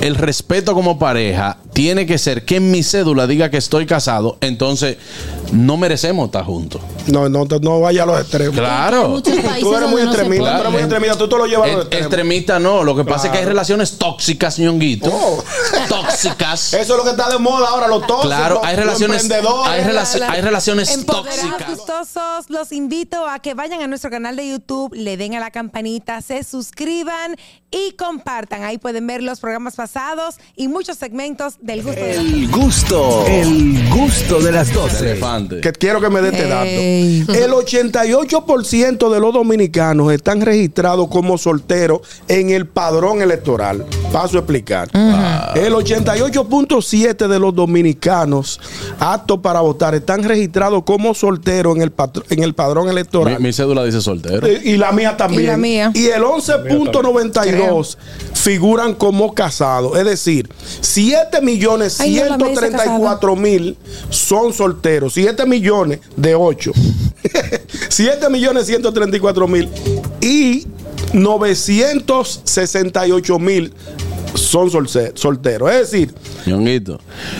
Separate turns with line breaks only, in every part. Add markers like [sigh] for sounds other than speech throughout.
el respeto como pareja tiene que ser que en mi cédula diga que estoy casado, entonces no merecemos estar juntos.
No, no, te- no vaya a los extremos.
Claro.
Muchos
[laughs]
países
Tú eres muy
donde no se
extremista, tú
puede.
eres muy extremista, tú te lo llevas a los
E-
extremos.
extremista no, lo que pasa es que hay relaciones tóxicas, ñonguito.
Oh. [laughs] Eh,
Tóxicas.
Eso es lo que está de moda ahora, los tóxicos,
Claro, hay
los
relaciones,
emprendedores.
hay, relac- hay relaciones
Empoderados
tóxicas.
gustosos, los invito a que vayan a nuestro canal de YouTube, le den a la campanita, se suscriban y compartan. Ahí pueden ver los programas pasados y muchos segmentos del gusto de la-
El gusto, el gusto de las 12.
Elefante.
que quiero que me dé este
Ey.
dato. El 88% de los dominicanos están registrados como solteros en el padrón electoral. Paso a explicar. El 88.7% de los dominicanos aptos para votar están registrados como solteros en el, patr- en el padrón
Mi,
electoral.
mi cédula dice soltero.
Eh, Y y la mía también.
Y la mía.
Y el 11.92 figuran como casados. Es decir, 7 millones
Ay, no, la mía dice
134 mil son solteros. 7 millones de [laughs] 8. 7 millones 134 mil. Y 968 mil son solce- solteros. Es decir,
Ñonguito,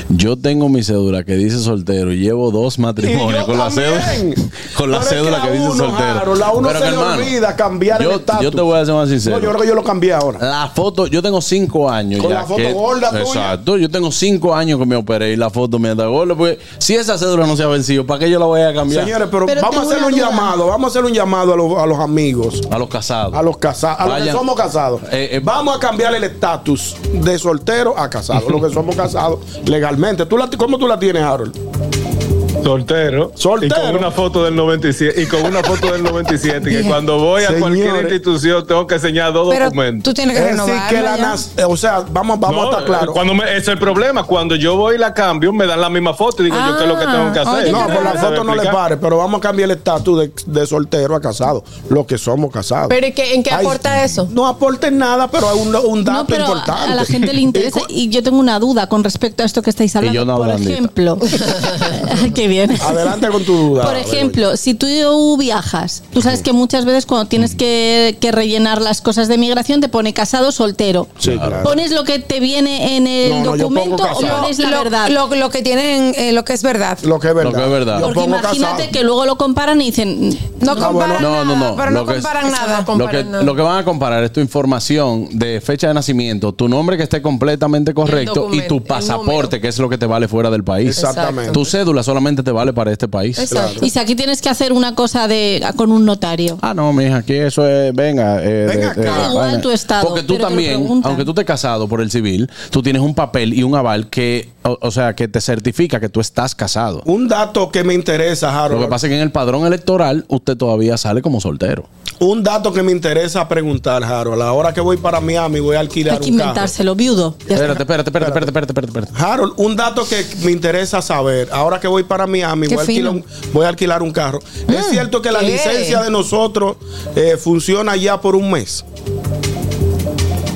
yo tengo mi cédula que dice soltero y llevo dos matrimonios
Y yo
con la
también.
cédula, [laughs] con la
Pero es que
cédula
a
que, dice
uno,
soltero.
Jaro, la uno se
que,
le olvida cambiar el
yo,
estatus.
Yo te voy a ser más sincero.
no, yo creo que yo lo cambié ahora.
La foto, yo tengo cinco años.
Con
ya
la foto
que-
gorda tuya.
Exacto, yo tengo cinco años que me operé y la foto me da gorda. Porque si esa cédula no se ha vencido, ¿para qué yo la voy a cambiar?
Señores, pero,
Pero
vamos a
tengo
hacerle un
una duda.
llamado, vamos a hacerle un llamado a los, a los amigos.
a los casados.
A los casados, a los que
Vayan.
somos casados.
Eh, eh,
Vamos a cambiar el estatus de soltero a casado. los que somos casados legalmente. ¿Tú la, ¿Cómo tú la tienes, Harold?
Soltero.
Soltero.
Y con una foto del 97. Y con una foto del 97. que
Bien.
cuando voy a cualquier
Señores.
institución tengo que enseñar dos
Pero
documentos.
tú tienes que
Es decir,
renovar.
que la nas- eh, O sea, vamos, vamos
No, eh,
a estar claros.
Cuando me, ese es el problema. Cuando yo voy y la cambio, me dan la misma foto y digo,
Ah,
yo qué es lo que tengo que
oye,
hacer.
qué
No, por la
Claro.
foto no le pare, pero vamos a cambiar el estatus de, de soltero a casado. Los que somos casados.
Pero ¿y qué- en qué
Ay,
aporta eso?
No aporta en nada, pero hay un, un dato
No, pero a-
importante.
a la
[laughs]
gente le interesa.
Y cu-
Y yo tengo una duda con respecto a esto que estáis hablando.
yo no
Por
hablando. [laughs]
ejemplo, [laughs] qué bien.
Adelante con tu duda.
Por ejemplo, si tú viajas, tú sabes que muchas veces cuando tienes que, que rellenar las cosas de migración te pone casado soltero.
Sí, claro.
Pones lo que te viene en el
No, no, yo
documento
pongo
o
casado.
pones la
lo,
verdad.
Lo, lo que tienen, eh, lo que es verdad.
Lo que es verdad.
Lo que es verdad.
Yo
Porque
pongo
imagínate
casado.
que luego lo comparan y dicen,
No
Ah, bueno.
comparan
No, no,
nada,
no.
pero no
Lo que es-
comparan
Eso
nada.
no comp-
Lo que,
Comparan, no.
lo que van a comparar es tu información de fecha de nacimiento, tu nombre que esté completamente correcto y
documento,
tu
el
pasaporte,
número.
que es lo que te vale fuera del país.
Exactamente.
Tu cédula solamente te vale para este país.
Exacto.
y si aquí tienes que hacer una cosa de con un notario.
Ah, no, mija, aquí eso es. Venga, eh,
Venga acá.
Da igual
vaina.
tu estado,
Porque tú
pero te lo
también,
preguntan.
aunque tú te casado por el civil, tú tienes un papel y un aval que, o, o sea, que te certifica que tú estás casado.
Un dato que me interesa,
Lo
Harold.
que pasa es que en el padrón electoral usted todavía sale como soltero.
Un dato que me interesa preguntar, Harold. Ahora que voy para Miami, voy a alquilar
Hay que
un carro.
inventárselo, viudo. Ya está.
Espérate, espérate, espérate, espérate, espérate, espérate, espérate.
Harold, un dato que me interesa saber. Ahora que voy para Miami,
Qué
voy a, alquilar un,
fino.
voy a alquilar un carro. ¿Es cierto que la
¿qué?
licencia de nosotros eh, funciona ya por un mes?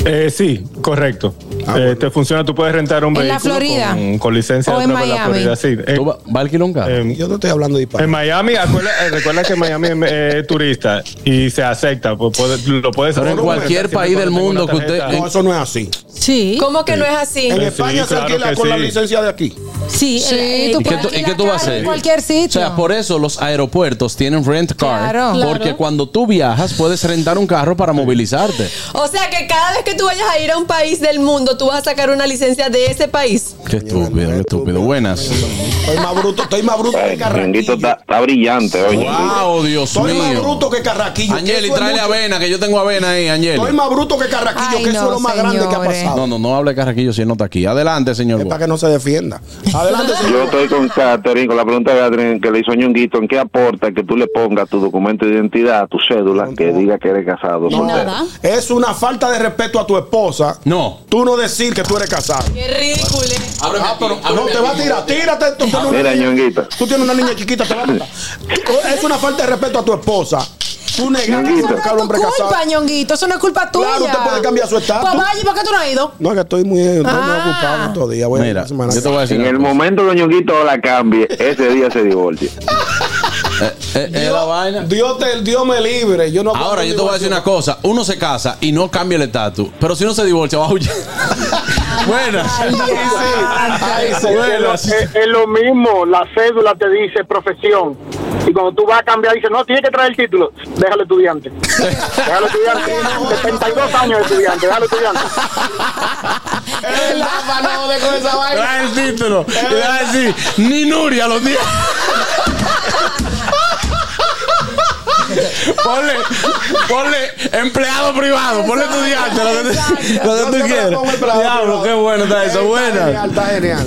Eh, sí, correcto.
Ah,
Eh,
bueno.
Te funciona, tú puedes rentar un
¿En la
vehículo
Florida?
Con, con licencia
¿O
de
en
trabajo
Miami?
la Florida. Sí. Eh,
¿Tú va, va a alquilar un carro?
em,
Yo no estoy hablando de
en
disparate.
Miami, acuerda- eh, recuerda que Miami es eh, turista y se acepta, pues, puede- lo puedes
Pero en
hacer.
cualquier
Siempre
país del
cuando tenga
mundo
una
que usted-
tarjeta.
No, eso no es así.
Sí,
¿Cómo que no es así?
En
Sí,
España se
claro
alquila
que
con la
sí.
licencia de aquí.
sí,
Sí,
el-
tú
¿Y qué,
puedes
tú, y
alquilar
qué tú vas a
carro en
hacer?
cualquier sitio.
O sea, por eso los aeropuertos tienen rent car.
Claro.
Porque
Claro.
cuando tú viajas, puedes rentar un carro para movilizarte.
O sea que cada vez que tú vayas a ir a un país del mundo, tú vas a sacar una licencia de ese país.
Qué estúpido, qué estúpido. Buenas.
Estoy más bruto, estoy más bruto que
Ñonguito está,
Carraquillo.
está brillante, oye.
¡Wow, Dios
Estoy más
mío!
bruto que Carraquillo. que
Angeli,
eso es
tráele
mucho.
avena, que yo tengo avena ahí, Angeli.
Estoy más bruto que Carraquillo,
Ay,
que eso
no,
es lo más grande que ha
señores.
pasado.
No, no, no hable de Carraquillo si él no está aquí. Adelante, señor.
Es
Bo.
para que no se defienda.
[laughs]
Adelante,
Yo
señor.
estoy con Catherine, con la pregunta de Catherine que le hizo Ñonguito, ¿en qué aporta que tú le pongas tu documento de identidad, tu cédula, que diga que eres casado?
No,
soltero?
Nada.
Es una falta de respeto a tu esposa.
No.
Tú no decir que tú eres casado.
Qué ridículo.
Ábreme
Ah,
aquí,
pero no
ábreme
te va a
aquí.
tirar. Tírate. Tú tienes, una
Mira,
niña,
Ñonguito.
tú tienes una niña chiquita, te va a matar. Es una falta de respeto a tu esposa. Tú negas que
Ñonguito.
buscar a un hombre
culpa,
casado.
ñonguito. Eso no es culpa tuya.
Claro, usted puede cambiar su estatus.
Pues vaya, ¿por qué tú no has
[laughs]
ido?
No, que estoy muy, estoy muy
Ah.
ocupado estos días. Voy a ir
Mira,
la semana
yo te voy a decir.
En el
una cosa.
momento que Ñonguito la cambie, ese día se divorcia.
Eh, eh, la vaina.
Dios, Dios, te, Dios me libre. Yo no
Ahora, yo te voy a decir [laughs]
divorcio.
una cosa. Uno se casa y no cambia el estatus. Pero si uno se divorcia, va a huir. Buenas.
Ay, sí.
Buenas.
Es, es lo mismo, la cédula te dice profesión. Y cuando tú vas a cambiar, dice, no, tienes que traer el título. Déjalo estudiante. Déjalo estudiante. 72 años de estudiante, déjalo estudiante.
Es verdad, pa, no joder con esa vaina.
Trae el título. Y va a decir, ni Nuria los días. Ponle, ponle empleado privado, ponle estudiante, lo que Ah, tú, lo que
Yo
tú
siempre
quieras.
le pongo el bravo,
Diablo,
bravo.
qué bueno está eso,
Está
buena.
genial, Está genial.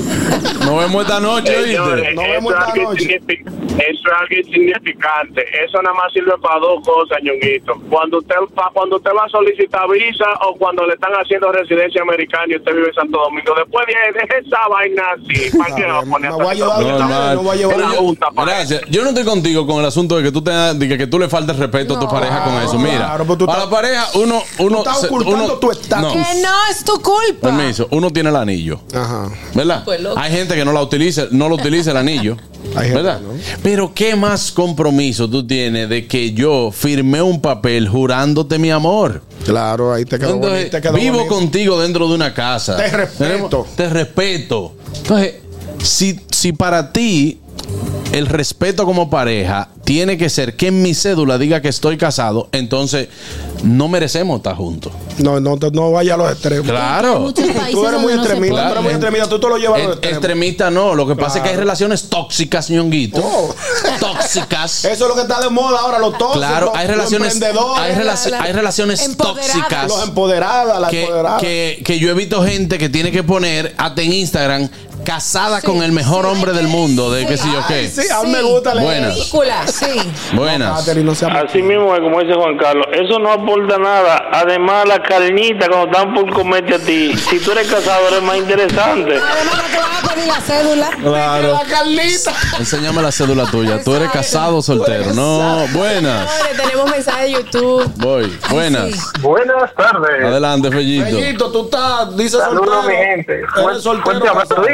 Nos vemos esta noche,
Señores,
¿oíste?
Nos
eso,
vemos
es
esta
algo
noche.
insignific- eso es algo insignificante. Eso nada más sirve para dos cosas, ñonguito. Cuando usted, pa- cuando usted va a solicitar visa o cuando le están haciendo residencia americana y usted vive en Santo Domingo. Después viene esa vaina así. ¿Para qué va a poner
Me voy a
esa
llevar
cosa?
Normal.
no voy a llevar
Pero
la
yo-
junta para
Gracias. Yo no estoy contigo con el asunto de que tú, te, de que, que tú le faltes respeto a tu pareja con eso. Mira,
claro, pero tú
a
estás-
la pareja uno... uno
estás
se-
ocultando
uno-
tu estatus.
No,
Pues,
Que no es tu culpa.
permiso. Uno tiene el anillo.
Ajá.
¿Verdad?
Pues loco.
Hay gente que no la utiliza, no lo utiliza el anillo.
[laughs] Hay gente
¿Verdad?
que no.
Pero qué más compromiso tú tienes de que yo firmé un papel jurándote mi amor.
Claro, ahí te quedó
Entonces,
bonito, te quedó
vivo
bonito.
contigo dentro de una casa.
Te respeto.
Tenemos- Te respeto. Entonces, si, si para ti el respeto como pareja tiene que ser que en mi cédula diga que estoy casado, entonces no merecemos estar juntos.
No, no, te- no vaya a los extremos.
Claro.
Muchos países
Tú eres muy
donde no se
extremista, tú
puede.
eres muy
Claro.
extremista, tú te lo llevas a
Ex-
los extremos.
extremista no, lo que pasa es que hay relaciones tóxicas, ñonguito.
Oh. [laughs]
Tóxicas.
Eso es lo que está de moda ahora, los tóxicos,
claro, hay
los
relaciones,
emprendedores,
hay, relaci-
la-
hay relaciones
empoderadas.
tóxicas.
los empoderadas, las
que,
empoderadas.
que- que yo evito gente que tiene que poner hasta en Instagram casada con el mejor hombre del mundo, de qué sé yo qué.
sí, a mí me gusta leer
Buenas.
eso.
Ridícula.
Sí.
Buenas.
Catherine, no sea-
Así mismo es como dice Juan Carlos, eso no aporta nada. Además, la carnita cuando están por comerte a ti, si tú eres casado, eres más interesante.
Además, no te van a pedir la cédula.
Claro.
La Carlita.
Enséñame la cédula tuya. Tú eres casado o soltero. No, buenas.
Señores, tenemos mensaje de YouTube.
Voy. Buenas.
Buenas tardes.
Adelante, Fellito.
Fellito, tú estás, dices soltero. Eres soltero. casado.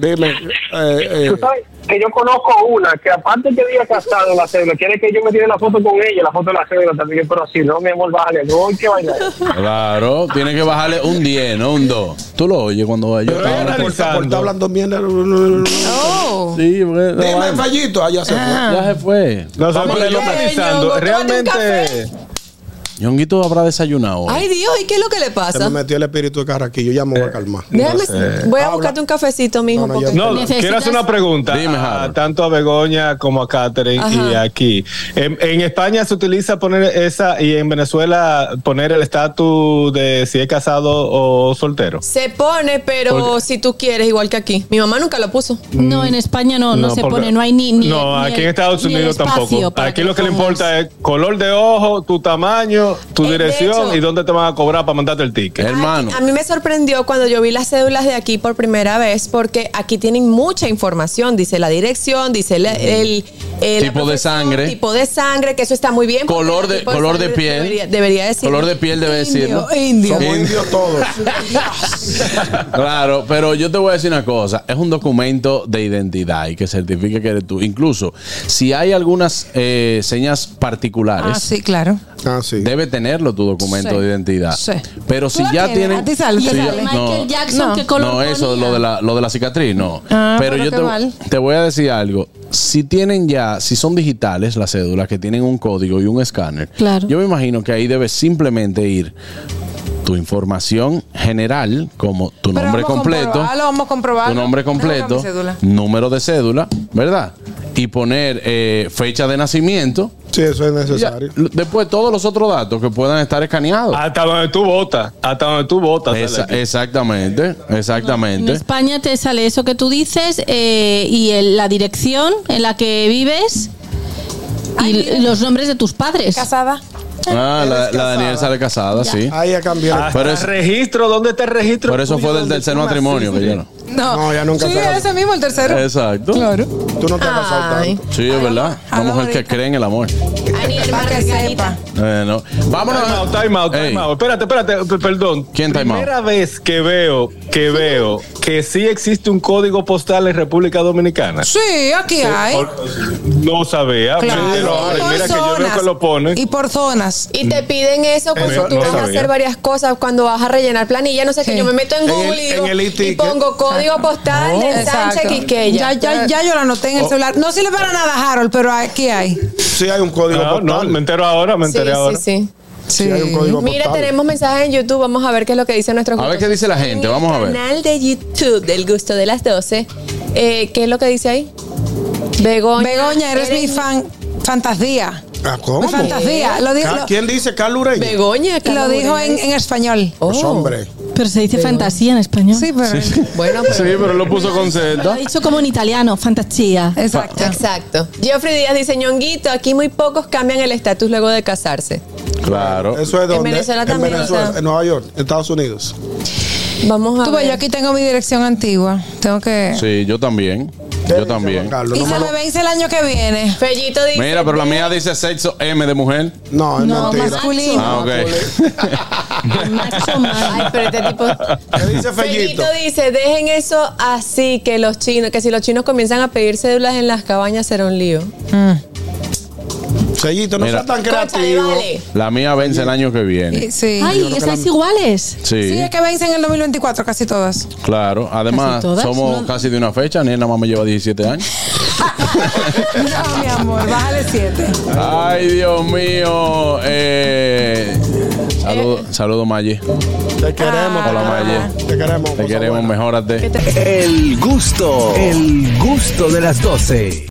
Dime, eh, eh,
Tú sabes que yo conozco una que aparte que había casado la cédula, quiere que yo me tire la foto con ella, la foto de la cédula también, pero si no, mi amor, bájale, no hay que bailar.
Claro, tiene que bajarle un 10, no un 2. Tú lo oyes cuando vaya.
pero ella
Ahora-
por estar por estar hablando mierda.
Oh.
Sí, porque la
Dime,
vaina-
Fellito, allá se
Ah,
fue.
ya se fue.
Nos
Vamos a leerlo.
estamos analizando. Realmente.
Ñonguito habrá desayunado. hoy.
Ay, Dios, ¿y qué es lo que le
Se me
pasa?
metió el espíritu de Carraquillo, ya me voy a calmar.
Déjame, voy a
Habla.
buscarte un cafecito, mijo.
No, no, ya-
porque-
No,
Necesitas-
quiero hacer una pregunta
Dime,
a-
Harold.
tanto a Begoña como a Catherine y
Ajá.
aquí. En, en España se utiliza poner esa y en Venezuela poner el estatus de si es casado o soltero.
Se pone, pero si tú quieres, igual que aquí. Mi mamá nunca lo puso.
No, en España no, no, se
porque-
pone, no hay ni. ni
no,
ni
aquí
el-
en Estados
ni el
Unidos
espacio
tampoco.
para
Aquí lo que le
pongas.
importa es color de ojo, tu tamaño, tu
Eh, de
dirección
hecho-
y dónde te van a cobrar para mandarte el ticket.
Hermano.
A mí me sorprendió cuando yo vi las cédulas de aquí por primera vez, porque aquí tienen mucha información. Dice la dirección, dice el, el- el- la
Tipo de
profesión,
sangre.
Tipo de sangre, que eso está muy bien. porque
Color
el
de-
tipo
color de
sangre
piel.
Debería, debería decir.
Color de piel debe decirlo.
indio.
Somos
Sí.
indios todos.
[laughs] Claro, pero yo te voy a decir una cosa, es un documento de identidad y que certifique que eres tú. Incluso si hay algunas eh, señas particulares,
Ah, sí, claro.
Ah, sí.
debe tenerlo tu documento
Sí.
de identidad.
Sí.
Pero si
Tú lo
ya
tienes,
tienen...
a ti sale,
si
te
ya-
sale.
no,
Michael Jackson,
No.
¿qué color
no, eso,
ponía?
lo de, la, lo de la cicatriz, no.
Ah,
pero
pero
yo
qué mal.
te, te voy a decir algo. Si tienen ya, si son digitales las cédulas que tienen un código y un escáner,
Claro.
yo me imagino que ahí debes simplemente ir tu información general, como tu
Pero
nombre
vamos a
completo,
comprobarlo, vamos a comprobarlo.
tu nombre
Déjame
completo,
mi cédula.
número de cédula, ¿verdad? Y poner eh, fecha de nacimiento.
Sí, eso es
Ya,
necesario.
después todos los otros datos que puedan estar escaneados.
Hasta donde tú votas, hasta donde tú votas. sale
Esa- eh,
aquí.
exactamente,
En
exactamente.
España te sale eso que tú dices eh, y el- la dirección en la que vives y l- los nombres de tus padres.
Casada.
Ah, la,
Eres
la Daniel
casada.
sale casada, sí.
Ahí ha cambiado.
Hasta
Pero es-
registro, ¿dónde está el registro?
Por eso
tuyo
fue del
donde
tercer
tú
matrimonio que
naciste?
yo no.
No.
No, ya nunca
Sí,
será.
ese mismo, el tercero.
Exacto.
Tú no te has casado
Ay.
tanto.
Sí, es verdad. Una
Aló,
mujer que
ahorita.
cree en el amor.
Para que sepa.
Bueno, vámonos.
Time out, time out, time
Ey,
out. Espérate, espérate, p- perdón.
¿Quién time out?
Primera vez que veo, que veo que sí existe un código postal en República Dominicana.
Sí, aquí hay.
Por- No sabía.
Claro.
Mételo ahora.
Por
Mira que yo veo
zonas.
que lo ponen.
Y por zonas.
Y te piden eso cuando
Eso
tú
no
vas a
sabía.
hacer varias cosas, cuando vas a rellenar planilla, no sé qué.
Sí.
Yo me meto en
En
Google
el-
y, digo-
en el
y
e-ticket.
pongo código postal
Oh,
de Sánchez
exacto.
Quiqueya.
Ya, ya, ya yo la anoté en el
Oh.
celular. No sirve para nada, Harold, pero aquí hay.
Sí hay un código
No, no,
postal.
me entero ahora, me
Sí,
enteré
sí,
ahora.
sí.
Sí.
Sí hay un código
Mira,
postal.
tenemos mensajes en YouTube. Vamos a ver qué es lo que dice nuestro
A ver qué dice la gente, vamos a ver.
canal de YouTube del Gusto de las 12. eh, ¿Qué es lo que dice ahí? Begoña.
Begoña, eres mi fan. Fantasía.
Ah, ¿Cómo?
Mi fantasía. Lo, di-
Ca-
lo-
¿Quién dice Carlos Ureña?
Begoña. Carla
lo dijo en,
Moreno.
en español.
Pues
Oh.
hombre.
Pero se dice fantasía en español.
Sí, pero.
Bueno,
Sí,
pero-
pero lo puso con
Lo
Z.
ha dicho como en italiano, fantasía.
[laughs] Exacto.
Exacto. Geoffrey Díaz dice, ñonguito, aquí muy pocos cambian el estatus luego de casarse.
Claro.
Eso es
En
donde.
Venezuela también, o
Venezuela,
sea.
en Nueva York, Estados Unidos.
Vamos a
Tú ves,
ver.
yo aquí tengo mi dirección antigua. Tengo que.
Sí, yo también.
¿Qué
Yo
dice
también.
Juan Carlos?
Y
No,
se
me
me
lo-
vence el año que viene.
Fellito dice,
Mira, pero la mía dice sexo M de mujer.
no, es
No,
mentira.
masculino.
Ah, ok. [laughs]
Macho mal.
Ay, pero este tipo.
¿Qué dice Fellito?
Fellito dice, dejen eso así que los chinos, que si los chinos comienzan a pedir cédulas en las cabañas será un lío.
Sellito, no
Mira.
seas tan
Cónchale,
creativo.
vale.
La mía vence el año que viene.
Y- Sí.
Ay, esas iguales.
Sí,
Sí,
es que vencen en el 2024
[laughs]
casi todas.
claro. Además,
Casi todas,
somos
¿no?
casi de una fecha. Ni nada más me lleva 17 años.
no, mi amor, bájale siete.
Ay, Dios mío. Eh, saludo, saludo Maye.
Te queremos.
Hola, Maye.
Te queremos.
Te
cosa
queremos,
buena.
mejórate.
El gusto, el gusto de las 12.